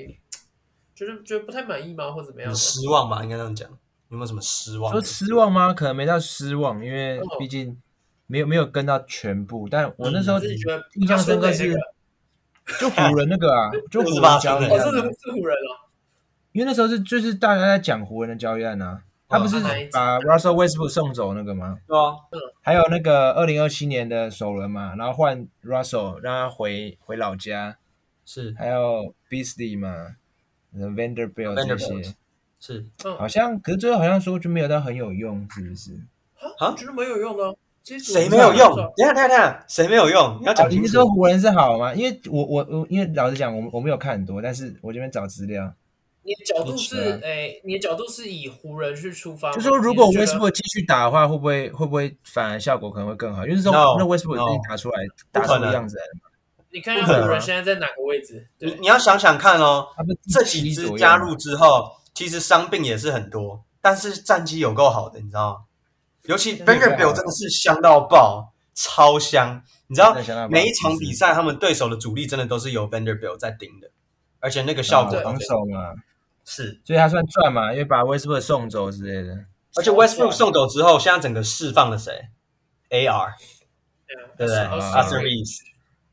B: 觉得觉得不太满意吗，或怎么样
C: 很
B: 的？
C: 失望吧，应该这样讲。有没有什么失望？
A: 说失望吗？可能没到失望，因
B: 哦
A: 为毕竟没有没有跟到全部。但我那时候
B: 自己觉得
A: 印象深刻
B: 那
A: 是
B: 个，
A: 就湖人那个 啊，就湖
C: 28
A: 人交易
B: 哦，这
A: 案
B: 是
A: 啊，
B: 是湖人哦，
A: 因为那时候是就是大家在讲湖人的交易案啊，他不是
B: 哦他哪一集
A: 把 Russell Westbrook 送走那个吗？
C: 对啊，
A: 还有那个二零二七年的首轮嘛，然后换 Russell 让他回回老家，
C: 是
A: 还有 Beasley 嘛呃，Vanderbilt 这些
C: Vanderbilt，是
A: 好像，可是最后好像说就没有到很有用，是不是？
B: 啊，我觉得蛮有用的哦。这一组
C: 谁没有用？等一下等一下等一下，谁没有用？你要
A: 哦
C: 讲，
A: 你
C: 清
A: 是
C: 楚
A: 说。湖人是好吗？因为我我我，因为老实讲，我我没有看很多，但是我这边找资料，
B: 你的角度
A: 你
B: 是
A: 觉，
B: 哎，你的角度是以湖人去出发
A: 啊
B: 吗，
A: 就说如果
B: 你是觉得
A: Westbrook 继续打的话，会不会会不会反而效果可能会更好？因为说
C: No，
A: 那 Westbrook
C: no
A: 已经打出来
C: 不
A: 打
C: 可
A: 出
C: 能
A: 个样子来了嘛，
B: 你看
C: 不可
B: 看
C: 能
B: 湖
A: 啊
B: 人现在在哪个位置？
C: 你
B: 对，
C: 你要想想看哦，
A: 他们
C: 这几支加入之后，其实伤病也是很多，但是战绩有够好的，你知道吗？尤其
A: 真的有够好
C: Vanderbilt 真的是香到爆，超香！你知道每一场比赛，他们对手的主力真的都是由 Vanderbilt 在盯的，而且那个效果
B: 对
C: 都
A: 哦防
C: 非
A: 守嘛，
C: 是。
A: 所以他算赚嘛，因为把 Westbrook 送走之类 的。
C: 而且 Westbrook 送走之后，现在整个释放了谁？AR，对不对
B: 哦
A: 啊
B: 是
A: 这
C: Reeves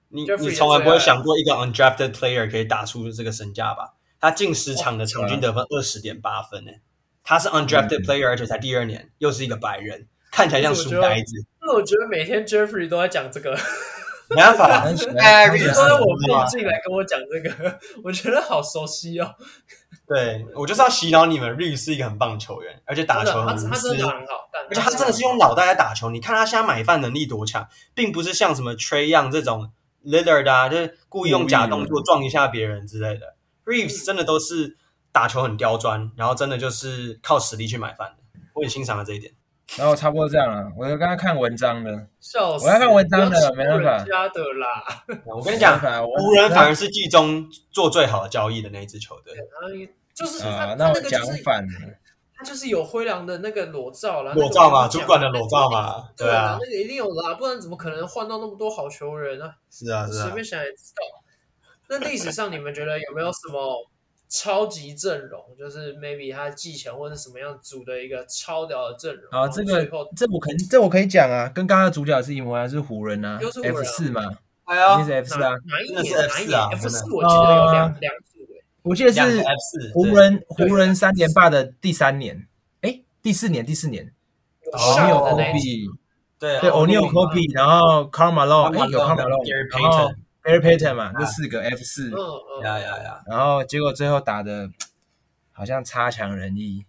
C: 你
B: Jeffrey
C: 你从来不会
B: 也最爱
C: 想过一个 undrafted player 可以打出这个身价吧？他近十场的欸场均得分二十点八分呢、他是 undrafted player，而且才第二年，又是一个白人，看起来像书呆子，
B: 因为我觉得每天 Jeffrey 都在讲这个，
C: 没 办法
A: 很喜欢
C: ，Every
A: 对啊
B: 都在
A: 所以
B: 我
A: 对啊
B: 附近来跟我讲这个， 我觉得好熟悉哦。
C: 对我就是要洗脑你们，绿是一个很棒的球员，而且打
B: 真的，
C: 球
B: 他
C: 很
B: 他
C: 无
B: 真
C: 私
B: 的，打得很好，但
C: 而且他真的是用脑袋在打球。你看他现在买饭能力多强，并不是像什么 Trey Young 这种 Lillard 啊，就是故意用假动
A: 故
C: 作撞一下别人之类的。Reeves 真的都是打球很刁钻，然后真的就是靠实力去买饭的。我很欣赏他这一点。
A: 然后差不多这样了。我刚刚看文章的，
B: 笑死，
A: 我要看文章的
B: 不要欺负
A: 没办法
B: 人家的啦。
C: 我跟你 讲
A: 没，办法我
C: 湖人反而是季中做最好的交易的那一支球队。
B: 然后哎就是他
A: 啊，
B: 他
A: 那
B: 那
A: 我
B: 个就
A: 讲
B: 是
A: 反了。
B: 他就是有灰狼的那个裸照啦，
C: 裸照
B: 那个我跟你
C: 嘛，
B: 讲
C: 主管的裸照，嘛，
B: 对
C: 对啊，
B: 那个一定有啦，不然怎么可能换到那么多好球员呢？
C: 是啊，是
B: 随
C: 啊。
B: 便想也知道。那历史上你们觉得有没有什么超级阵容？ 就是 maybe 他季前或者什么样组的一个超屌的阵容？
A: 啊，这
B: 然后
A: 个
B: 最后
A: 这我肯这我可以讲啊，跟刚刚的主角是一模一样，是湖人啊
B: 又是湖人啊
A: ，F 四嘛，
C: 哎
A: 一
C: 呀
A: 定是 F 四
B: 哪
A: 啊。
B: 哪一
C: 真的
B: 年
C: 是
B: 哪一
C: F4
B: 年
C: 啊
B: F
C: 真的
B: 四我记得有
A: 啊
B: 两两组诶，
A: 我记得
C: 两个
A: 是
C: F 四
A: 湖人
B: 对
A: 湖人三连霸的第三年，哎，第四年第四年，
B: 有
C: 哦
B: 上的
A: 有
B: 那一组
A: Kobe，
C: 对啊
A: 对
C: 欧尼
A: O'Neal Kobe，然后 Karl Malone，
C: Karl
A: 哎有 Karl
C: Malone，
A: Malone，
C: Gary Payton 啊
A: 然后 Gary Payton 嘛，这四个 F 四
B: 嗯，嗯，
C: 呀呀呀！
A: 然后结果最后打的好像差强人意，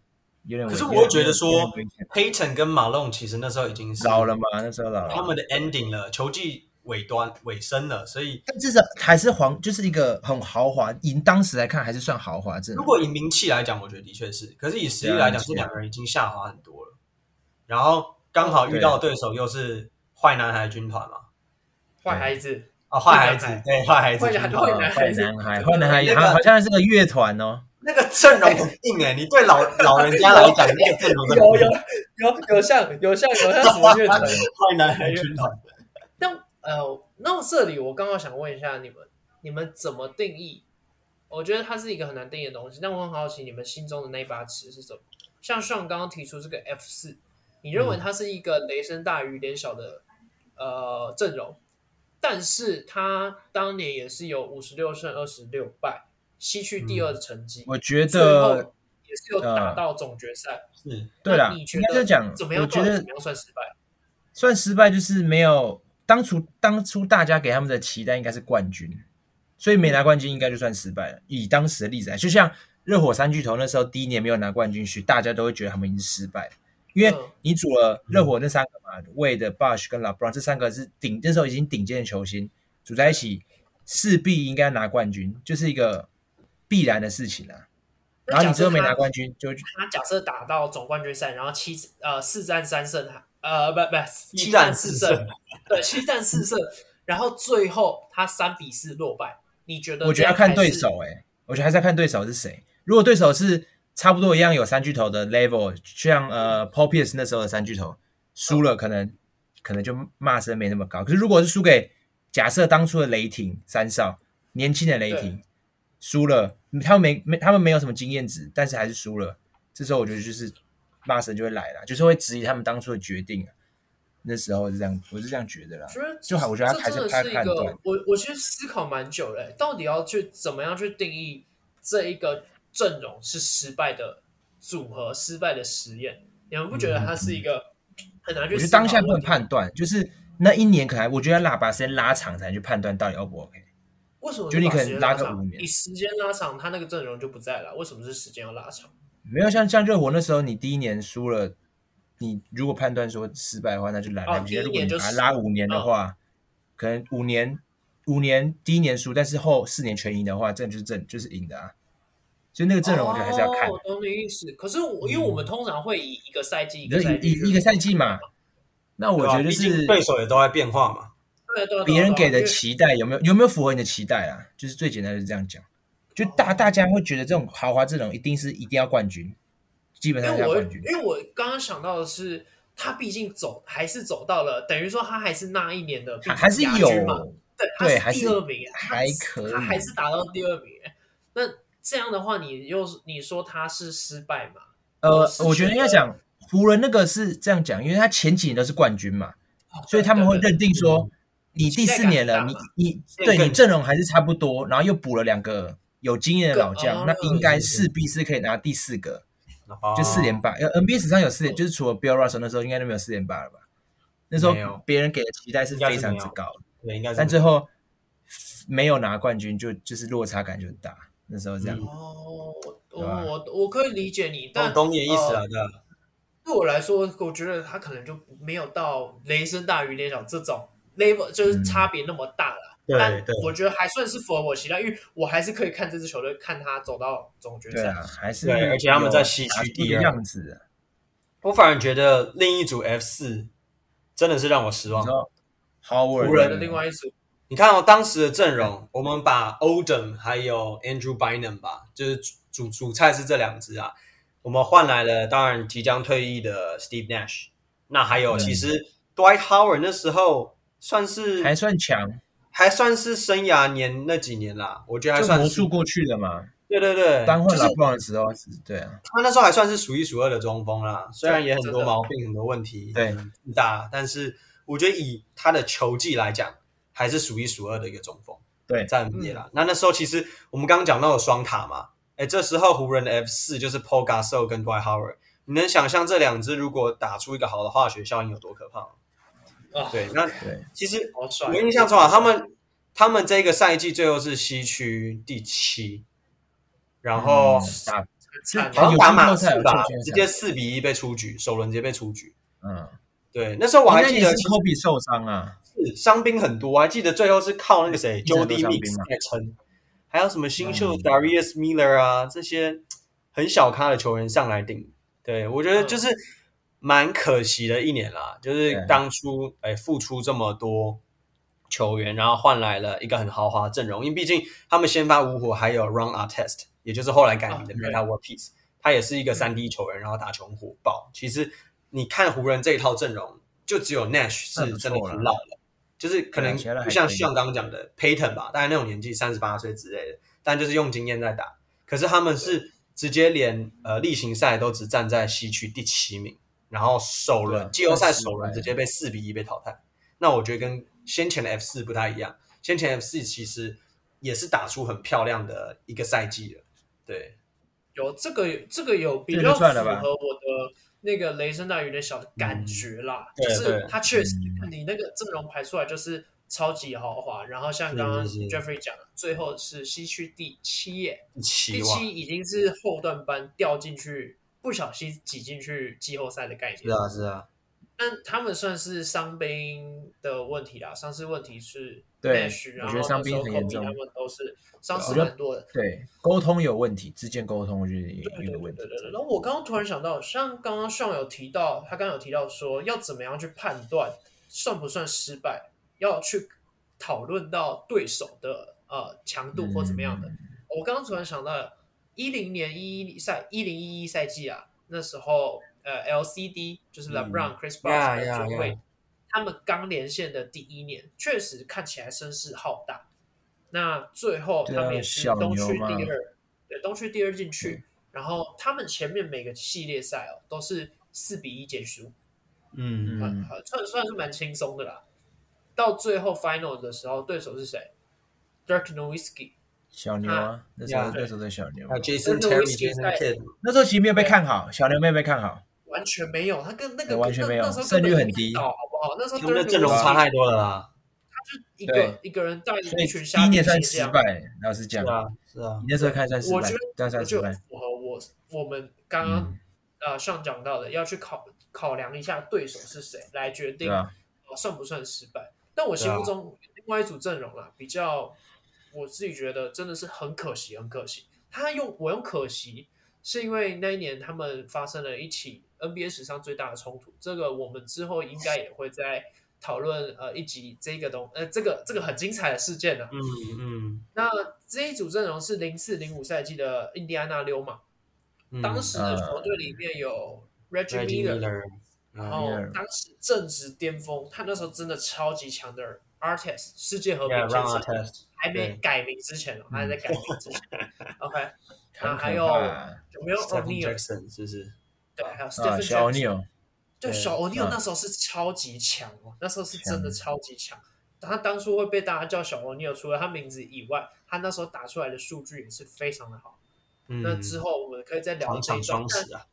A: 有点危
C: 可
A: 险。
C: 是我觉得说
A: 有点危险
C: Payton 跟马龙其实那时候已经是
A: 老了嘛，那时候老了，
C: 他们的 ending 了，球季尾端尾声了，所以
A: 但至少还是皇，就是一个很豪华，以当时来看还是算豪华阵
C: 如
A: 容。
C: 果以名气来讲，我觉得的确是，可是以实力来讲，这
A: 啊
C: 两个人已经下滑很多了。然后刚好遇到对手又是坏男孩军团嘛，
B: 坏孩子，
C: 啊，坏孩子
B: 坏男孩，
C: 对，坏孩子
B: 坏
C: 军
B: 男
C: 团
B: 坏
C: 啊，
A: 坏
B: 男孩
A: 男孩，
B: 子
A: 坏男孩也
C: 那个
A: 好像是个乐团哦。
C: 那个阵容很硬 哎，你对老老人家来讲，那个阵容真的
B: 有
C: 很
B: 有
C: 硬
B: 有有像有像有像什么乐团？
C: 坏男孩军团。
B: 那呃，那我这里我刚刚想问一下你们，你们怎么定义？我觉得它是一个很难定义的东西，但我很好奇你们心中的那一把尺是什么？像上刚刚提出这个 F 四，你认为
A: 嗯
B: 它是一个雷声大雨点小的呃阵容，但是它当年也是有五十六胜二十六败，西区第二的成绩，
A: 嗯我觉
B: 最后
A: 得，呃
B: 也是有打到总决赛。
C: 是
A: 对
B: 那
A: 啦，
B: 你觉
A: 应该
B: 得
A: 就讲，
B: 怎么
A: 我
B: 样
A: 觉
B: 到底
A: 得
B: 怎么样算失败？
A: 算失败就是没有当初当初大家给他们的期待应该是冠军，所以没拿冠军应该就算失败了。以当时的例子来，就像热火三巨头那时候第一年没有拿冠军去，大家都会觉得他们已经失败了，因为
B: 嗯
A: 你组了热火那三个嘛，魏的 Bush 跟 LeBron 这三个是顶那时候已经顶尖的球星，组在一起势必应该拿冠军，就是一个必然的事情啊。
B: 那
A: 然后你
B: 假设
A: 之后没
B: 他
A: 拿冠军，就
B: 他假设打到总冠军赛，然后七呃四战三胜，呃不不七
C: 战
B: 四
C: 四
B: 胜
C: 胜，
B: 对七战四胜，然后最后他三比四落败，你觉得？
A: 我觉得要看对，手、欸，我觉得还是要看对手是谁。如果对手是差不多一样有三巨头的 level，像呃 Paul Pierce 那时候的三巨头，输了可能可能就骂声没那么高。可是如果是输给假设当初的雷霆三少，年轻的雷霆输了，他们没没他们没有什么经验值，但是还是输了。这时候我觉得就是骂声就会来了，就是会质疑他们当初的决定啊。那时候是这样，我是这样觉得啦
B: 我。觉得
A: 就好我觉得
B: 这
A: 他还是
B: 真的
A: 他
B: 是一
A: 判
B: 个
A: 断，
B: 我我其实思考蛮久了、欸到底要去怎么样去定义这一个阵容是失败的组合、失败的实验？你们不觉得它是一个很难去
A: 嗯我觉
B: 思
A: 得
B: 考
A: 当
B: 的
A: 下不能
B: 问题吗
A: 判断，就是那一年可能还我觉得要拉把时间拉长才能去判断到底 O 不 OK。
B: 为什么
A: 就你
B: 把
A: 可能
B: 时间
A: 拉个
B: 长
A: 五年
B: 你时间拉长，他那个阵容就不在了。为什么是时间要拉长？
A: 没有像像热火那时候，你第一年输了，你如果判断说失败的话，那就来
B: 哦
A: 来不及。
B: 第一
A: 如果你
B: 年就
A: 把它
B: 输嗯
A: 拉五年的话，可能五年五年第一年输，但是后四年全赢的话，这就是正就是赢的啊。所以那个阵容我觉得还是要看嗯
B: 哦，，我懂你意思。可是我因为我们通常会以一个赛季一
A: 你就
B: 个赛
A: 以
B: 季啊去
A: 以一个赛季嘛。那我
C: 对吧
A: 觉得就
C: 毕
A: 是
C: 竟对手也都在变化嘛。
B: 对啊对啊对啊
A: 别人给的
B: 因为
A: 期待有没有有没有符合你的期待啊？就是最简单的是这样讲，就
B: 哦
A: 大大家会觉得这种豪华阵容一定是一定要冠军，基本上
B: 因
A: 是要
B: 为我
A: 冠军。
B: 因为我刚刚想到的是，他毕竟走还是走到了，等于说他还是那一年的
A: 还还是
B: 亚军嘛
A: 有，对
B: 对，他
A: 还
B: 是
A: 是
B: 第二名，他
A: 还可以
B: 他还是打到第二名。那这样的话，你又你说他是失败嘛？
A: 呃
B: 我是，
A: 我觉得
B: 觉
A: 应该
B: 得
A: 讲湖人那个是这样讲，因为他前几年都是冠军嘛，
B: 哦
A: 所以他们会
B: 对对
A: 认定说你第四年了，
B: 期待感很
A: 你
B: 大嘛
A: 你
C: 变
A: 对你
C: 更
A: 阵容还是差不多，然后又补了两个有经验的
B: 更
A: 老将，
B: 哦
A: 那应该
B: 嗯
A: 势必是可以拿第四个
C: 哦
A: 就四连霸。呃 NBA 史上有四连，就是除了 Bill Russell 那时候，应该都没有四连霸了吧？那时候
C: 没有
A: 别人给的期待是非常之
C: 应
A: 高的，
C: 对，应该是
A: 但最后没有拿冠军就，就是落差感就很大。那时候这样，
C: 嗯
B: 哦，我
A: 对啊吧
B: 我我可以理解你，
C: 懂
B: 但
C: 懂你的意思
B: 呃
C: 了，对啊，
B: 对我来说，我觉得他可能就没有到雷声大雨点小这种 level，就是差别那么大了。
C: 对
B: 但
C: 对
B: 我觉得还算是符合我期待，因为我还是可以看这支球队，看他走到总决
A: 对
B: 赛。
A: 啊，还是
C: 对而且他们在
A: 有
C: 西区
A: 打出
C: 第
A: 的
C: 二
A: 样子啊，
C: 我反而觉得另一组 F 四真的是让我失
A: 你
C: 望
A: 知。道 Howard
B: 湖人的另外一组，
C: 你看哦，当时的阵容，我们把 Odom 还有 Andrew Bynum 吧，就是主主主菜是这两支啊。我们换来了，当然即将退役的 Steve Nash，那还有
A: 对
C: 其实 Dwight Howard 那时候算是
A: 还算强，
C: 还算是生涯年那几年啦，我觉得还
A: 就
C: 算
A: 魔
C: 是
A: 术过去的嘛。
C: 对对对，
A: 单
C: 就
A: 换
C: 是
A: 老棒的时候是，对啊，
C: 他那时候还算是数一数二的中锋啦，虽然也很
B: 真
C: 多
B: 的
C: 毛病、很多问题，
A: 对
C: 很自大，但是我觉得以他的球技来讲，还是数一数二的一个中锋，
A: 对
C: 在 NBA 啦。那那时候其实我们刚刚讲到有双塔嘛，哎，这时候湖人的 F 四就是 Paul Gasol 跟 Dwight Howard，你能想象这两支如果打出一个好的化学效应有多可怕吗？
B: 啊，
C: 对，那
A: 对，
C: 其实
B: 好帅
C: 我！印象中啊，他们他们这个赛季最后是西区第七，然后
A: 嗯打
B: 很惨
A: 就
C: 好
B: 啊
C: 像打马
A: 有
C: 刺
A: 进
C: 吧
A: 季后赛，
C: 直接四比一被出局，首轮直接被出局。
A: 嗯，
C: 对，那时候我还记
A: 因为
C: 得
A: 你是 Kobe 受伤啊，
C: 是伤兵很多，我还啊记得最后是靠那个谁
A: 一直很
C: Jody
A: 多伤兵
C: Mix
A: 嘛
C: 在撑，还有什么新秀
A: 嗯
C: Darius Miller 啊这些很小咖的球员上来顶。对，我觉得
B: 嗯
C: 就是蛮可惜的一年啦，就是
A: 对
C: 当初哎付出这么多球员，然后换来了一个很豪华的阵容，因为毕竟他们先发五火还有 Run a Test，也就是后来改名的
B: 啊
C: Meta World Peace，他也是一个三 D 球员，然后打球很火爆。其实你看湖人这一套阵容，就只有 Nash
A: 那
C: 是
A: 不
C: 真的
A: 错
C: 很
A: 啦
C: 老了。就是可能
A: 对啊其他的还
C: 就像
A: 可以
C: 像刚刚讲的 Payton 吧，大概那种年纪三十八岁之类的，但就是用经验在打。可是他们是直接连呃例行赛都只站在西区第七名，然后首轮
A: 对
C: 季后赛
A: 太失败
C: 首轮
A: 了
C: 直接被四比一被淘汰。那我觉得跟先前的 F 四不太一样，先前 F 四其实也是打出很漂亮的一个赛季了。对，
B: 有这个这个有比
A: 这
B: 较
A: 就
B: 符
A: 算了吧
B: 合我的那个雷声大雨点小的感觉啦，
C: 对
B: 就是
C: 对
B: 他确实
A: 嗯
B: 你那个阵容排出来就是超级豪华，然后像刚刚
C: 是是是
B: Jeffrey 讲的，最后是西区第七耶，
C: 第七
B: 第
C: 哇，
B: 七已经是后段班掉进去，不小心挤进去季后赛的概念。
C: 是啊是啊，
B: 但他们算是伤兵的问题啦，伤势问题是
A: 对
B: Nash，然
A: 我
B: 后
A: 觉得伤兵
B: 那时候
A: 很严重
B: Kobe 他们都是伤
A: 我
B: 势
A: 觉得
B: 蛮多的。
A: 对，沟通有问题，之间沟通我觉得也有一个问题
B: 对，对对。然后我刚刚突然想到，像刚刚上有提到，他刚刚有提到说要怎么样去判断算不算失败，要去讨论到对手的呃强度或怎么
A: 嗯
B: 样的。哦我刚刚突然想到，一零年一一赛一零一一赛季啊，那时候呃 LCD 就是
C: 嗯
B: LeBron、Chris
C: Yeah,
B: Bosh 的
C: yeah,
B: 转会他们刚连线的第一年，确实看起来声势浩大。那最后
A: 对
B: 他
A: 啊
B: 们也是
A: 小
B: 东
A: 牛
B: 区
A: 嘛嗯
B: 第二，对，东区第二进去。然后他们前面每个系列赛哦都是四比一结束，
C: 嗯，
B: 很
A: 嗯，
B: 很算算是蛮轻松的啦。到最后 final 的时候，对手是谁？Dirk Nowitzki。
A: 小牛啊，那时
C: 呀
A: 候那时候的小牛嘛
B: 啊
C: 还，有 Jason
B: 但是
C: Terry、
B: Whiskey
C: Jason
B: 在
C: Kidd，
A: 那时候其实没有被看好，小牛没有被看好，
B: 完全没有，他跟那个
A: 对完全没有
B: 那那时候
A: 胜率
B: 根本
A: 很低
B: 不知道好不好？那时候
C: 他们的
B: Dirk
C: 阵容
B: Nowitzki
C: 差太多了啦。
B: 一个一个人带
A: 所以
B: 一群
A: 第
B: 虾
A: 一
B: 兵
A: 年算
B: 蟹
A: 失
B: 将，
A: 败，老实
C: 是
A: 讲，
C: 啊是啊
A: 你，那时候看算失
B: 我
A: 败
B: 觉得，
A: 但算失
B: 就
A: 败嗯
B: 很，符合我我们刚刚呃上讲到的，要去考考量一下对手是谁，来决
A: 对啊
B: 定
A: 吧？
B: 呃算不算失败。但我
C: 啊
B: 心目中另外一组阵容啊，比较我自己觉得真的是很可惜，很可惜。他用我用可惜，是因为那一年他们发生了一起 NBA 史上最大的冲突。这个我们之后应该也会在讨论呃一集这个东呃这个这个很精彩的事件呢、
C: 嗯嗯
B: 那这一组阵容是零四零五赛季的印第安纳溜马，
C: 嗯，
B: 当时的球队里面有 Reggie
C: Reggie
B: Miller，
C: Miller，嗯
B: 然
C: 然
B: 后
A: Miller
B: 当时正值巅峰，他那时候真的超级强的 Artist 世界和平
C: Yeah,
B: 先
C: run
B: 生
C: a，test，
B: 还没
C: 对嗯
B: 改名之前哦，他还在改名之前。OK，
A: 很
B: 那还
A: 可
B: 有
A: 怕啊，
B: 有没有
C: Stephen
B: O'Neal？
C: Jackson 是不是？
B: 对，还有
A: 啊
B: Stephen
A: 小
B: Jackson
A: 牛，
B: 对，
C: 对啊
B: 小欧尼尔
A: 嗯
B: 那时候是超级强哦，那时候是真的超级强。他当初会被大家叫小欧尼尔，除了他名字以外，他那时候打出来的数据也是非常的好。那
C: 嗯，
B: 之后我们可以再聊
C: 广
B: 这一
C: 场
B: 段
C: 双，
B: 但
C: 十啊，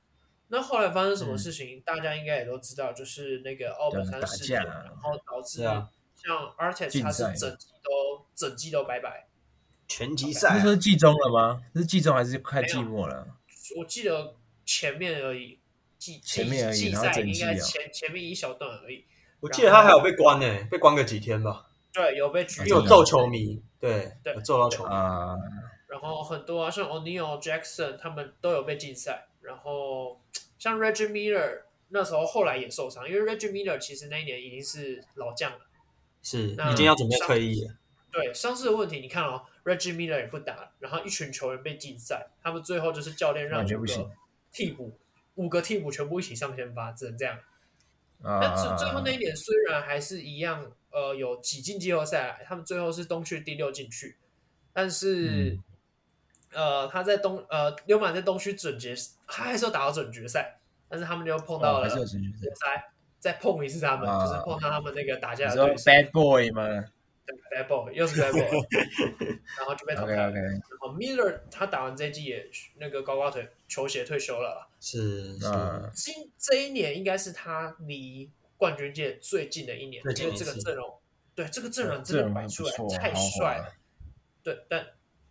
B: 那后来发生什么事情，大家应该也都知道，就是那个奥本山事件，
A: 嗯对打架啊
B: 然后导致
C: 是啊
B: 像 a r t e t
A: 竞
B: 他是
A: 赛
B: 整季都整季都拜拜。
C: 拳击
A: 那
C: 赛
A: 时候
C: 啊
A: 是季中了吗？是季中还是快季末了？
B: 我记得前面而已，季季
A: 前面而已
B: 季
A: 然后
B: 赛
A: 整
B: 应
A: 季
B: 该
A: 哦
B: 前前面一小段而已。
C: 我记得他还有被关呢、被关个几天吧，
B: 对，有被举
A: 啊
C: 因为我
A: 真的
C: 揍
A: 哦
C: 球迷，对，
B: 对
C: 有揍到球迷，
A: 啊、
B: 然后很多啊，像 O'Neal、Jackson 他们都有被禁赛，然后像 Reggie Miller 那时候后来也受伤，因为 Reggie Miller 其实那一年已经是老将了，
C: 是
B: 那
C: 已经要准备退役了。
B: 对伤势的问题，你看哦，Reggie Miller 也不打，然后一群球员被禁赛，他们最后就是教练让
A: 完全
B: 五
A: 不
B: 个
A: 行
B: 替补五个替补全部一起上先发，只能这样。那最
A: 啊！
B: 最后那一年虽然还是一样，呃，有挤进季后赛，他们最后是东区第六进去，但是、
A: 嗯
B: 呃，他在东呃，溜马在东区准决，他还是有打到准决赛，但是他们就碰到
A: 哦还
B: 了
A: 是有
B: 决
A: 成绩赛。
B: 赛，再碰一次他们，
A: 啊
B: 就是碰到他们那个打
A: 你
B: 架的
A: 说
B: 对手
A: bad boy 吗
B: Bad Boy，又是 Bad Boy，然 后就被淘汰
A: ？OK
B: 了。
A: OK，
B: 然后哦 Miller 他打完这一季也那个高高腿球鞋退休了啦。
C: 是是，
A: 啊
B: 今这一年应该是他离冠军界最近的一年，
C: 最近
B: 因
C: 一
B: 为这个
C: 次
B: 阵容，对这个阵容真
A: 这
B: 的
A: 人
B: 摆
A: 还
B: 出
A: 不
B: 来
A: 错，
B: 太
A: 豪华
B: 帅了。对，但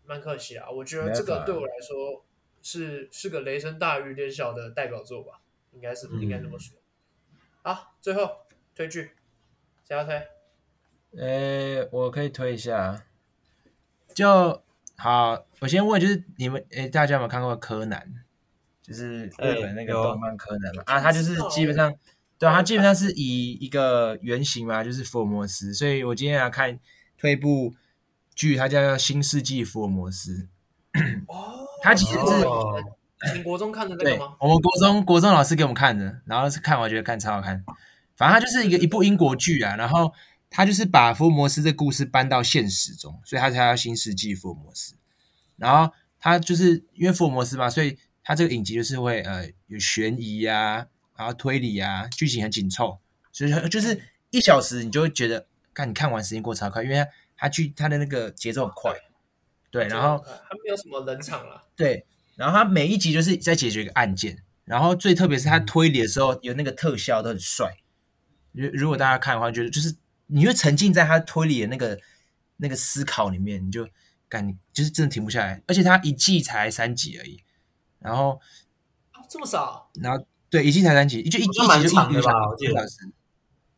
B: 蛮可惜啊，我觉得
A: 没办
B: 这个
A: 法
B: 对我来说是是个雷声大雨点小的代表作吧，应该是
C: 嗯
B: 应该这么说。好，最后推剧，谁要推？
A: 呃、我可以推一下，啊就好。我先问，就是你们，诶、大家有没有看过柯南？就是日本那个
C: 哎有
A: 动漫柯南嘛？啊，他就是基本上，对
B: 有
A: 啊，他基本上是以一个原型嘛，就是福尔摩斯。所以我今天来看推一部剧，它叫《新世纪福尔摩斯
B: 哦，
A: 他其实是
C: 哦
B: 你国中看的》那
A: 对
B: 个吗？，
A: 我们国中国中老师给我们看的，然后是看完觉得看超好看。反正它就是一个一部英国剧啊，然后它就是把福尔摩斯这故事搬到现实中，所以它才叫新世纪福尔摩斯。然后它就是因为福尔摩斯嘛，所以它这个影集就是会呃有悬疑啊，然后推理啊，剧情很紧凑，所以就就是一小时你就会觉得，看你看完时间过超快，因为它它剧它的那个节奏很快，对，然后
B: 他没有什么冷场啦，
A: 对，然后他每一集就是在解决一个案件，然后最特别是他
C: 嗯
A: 推理的时候有那个特效都很帅。如如果大家看的话，觉得就是你会沉浸在他推理的那个那个思考里面，你就感觉就是真的停不下来。而且他一季才三集而已，然后
B: 啊，这么少，
A: 然后对一季才三集，就一一集
C: 好像蛮
A: 就一
C: 长
A: 个
C: 的吧
A: 小
C: 我
A: 时
C: 记
A: 一
C: 得
A: 个小时，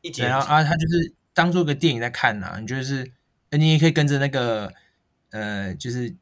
C: 一集
A: 对，然后啊，他就是当做个电影在看呐、你就是，呃你也可以跟着那个，呃，就是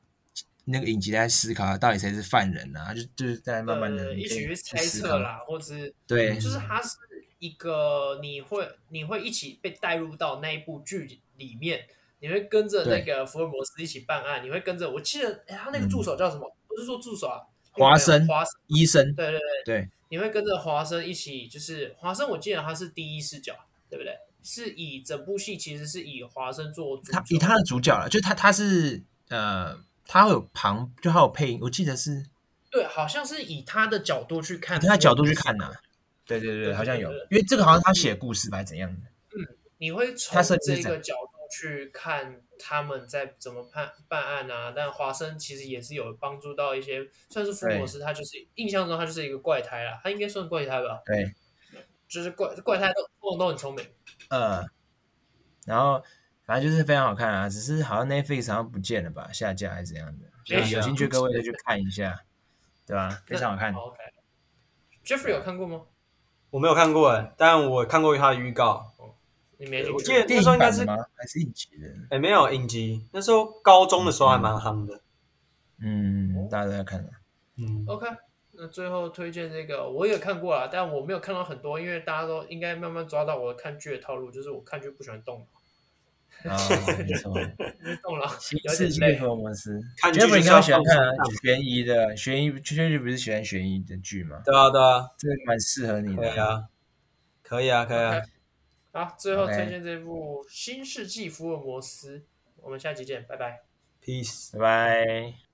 A: 那个影集在思考到底谁是犯人啊，就就是在慢慢的
B: 呃，一起去猜
A: 思
B: 测
A: 考，
B: 啦，或者是
A: 对
B: 就是它是一个你会你会一起被带入到那一部剧里面，你会跟着那个福尔摩斯一起办案，你会跟着我记得哎他那个助手叫什么？不是说助手啊，
A: 嗯华生
B: 华生，
A: 医生，
B: 对对对，
A: 对
B: 你会跟着华生一起，就是华生，我记得他是第一视角，对不对？是以整部戏其实是以华生做主
A: 他
B: 角
A: 以他的主角了，就他他是呃，他会有旁就他有配音，我记得是
B: 对，好像是以他的角度去看，
A: 以他的角度去看呐、对对
B: 啊对
A: 对，好像有
B: 对对，
A: 因为这个好像他写故事吧，还是怎样的？
B: 你会从
A: 他设计是
B: 这
A: 这
B: 个
A: 样
B: 角度去看他们在怎么判办案啊。但华生其实也是有帮助到一些，算是福尔摩斯，他就是印象中他就是一个怪胎啦，他应该算怪胎吧，
A: 对，
B: 就是怪怪胎都通常都很聪明。
A: 呃，然后反正就是非常好看啊，只是好像 Netflix 好像不见了吧，下架还是怎样的？
B: 哎
A: 有兴趣各位就去看一下，对吧？非常好看
B: 那。OK。Jeffrey
A: 啊
B: 有看过吗？
C: 我没有看过哎，但我看过他的预告。
B: 你没去
C: 呃我记得
A: 电
C: 那时候
A: 影
C: 应该
A: 版的
C: 是
A: 吗？还是影集的？
C: 哎，没有影集，那时候高中的时候还蛮夯的。哦
A: 嗯，大家都在看啊。
C: 嗯，
B: OK，那最后推荐这个我也看过啦，但我没有看到很多，因为大家都应该慢慢抓到我看剧的套路，就是我看剧不喜欢动脑，
A: 啊， 没错，
B: 因为动脑
A: 新
B: 有
A: 世
B: 点
A: 纪
B: 累。
A: 福尔摩斯。
C: 看剧
A: Jeffrey
C: 就
A: 刚
C: 是
A: 刚
C: 要
A: 喜欢
C: 放
A: 看啊
C: 松
A: 悬疑的，悬疑确实不是喜欢悬疑的剧吗？
C: 对啊对啊，
A: 这个蛮适合你
C: 可以
A: 的。
C: 啊，可以啊，可以啊。
B: 好，最后
A: OK
B: 推荐这部《新世纪福尔摩斯》，我们下期见，拜拜。
C: Peace。
A: 拜拜。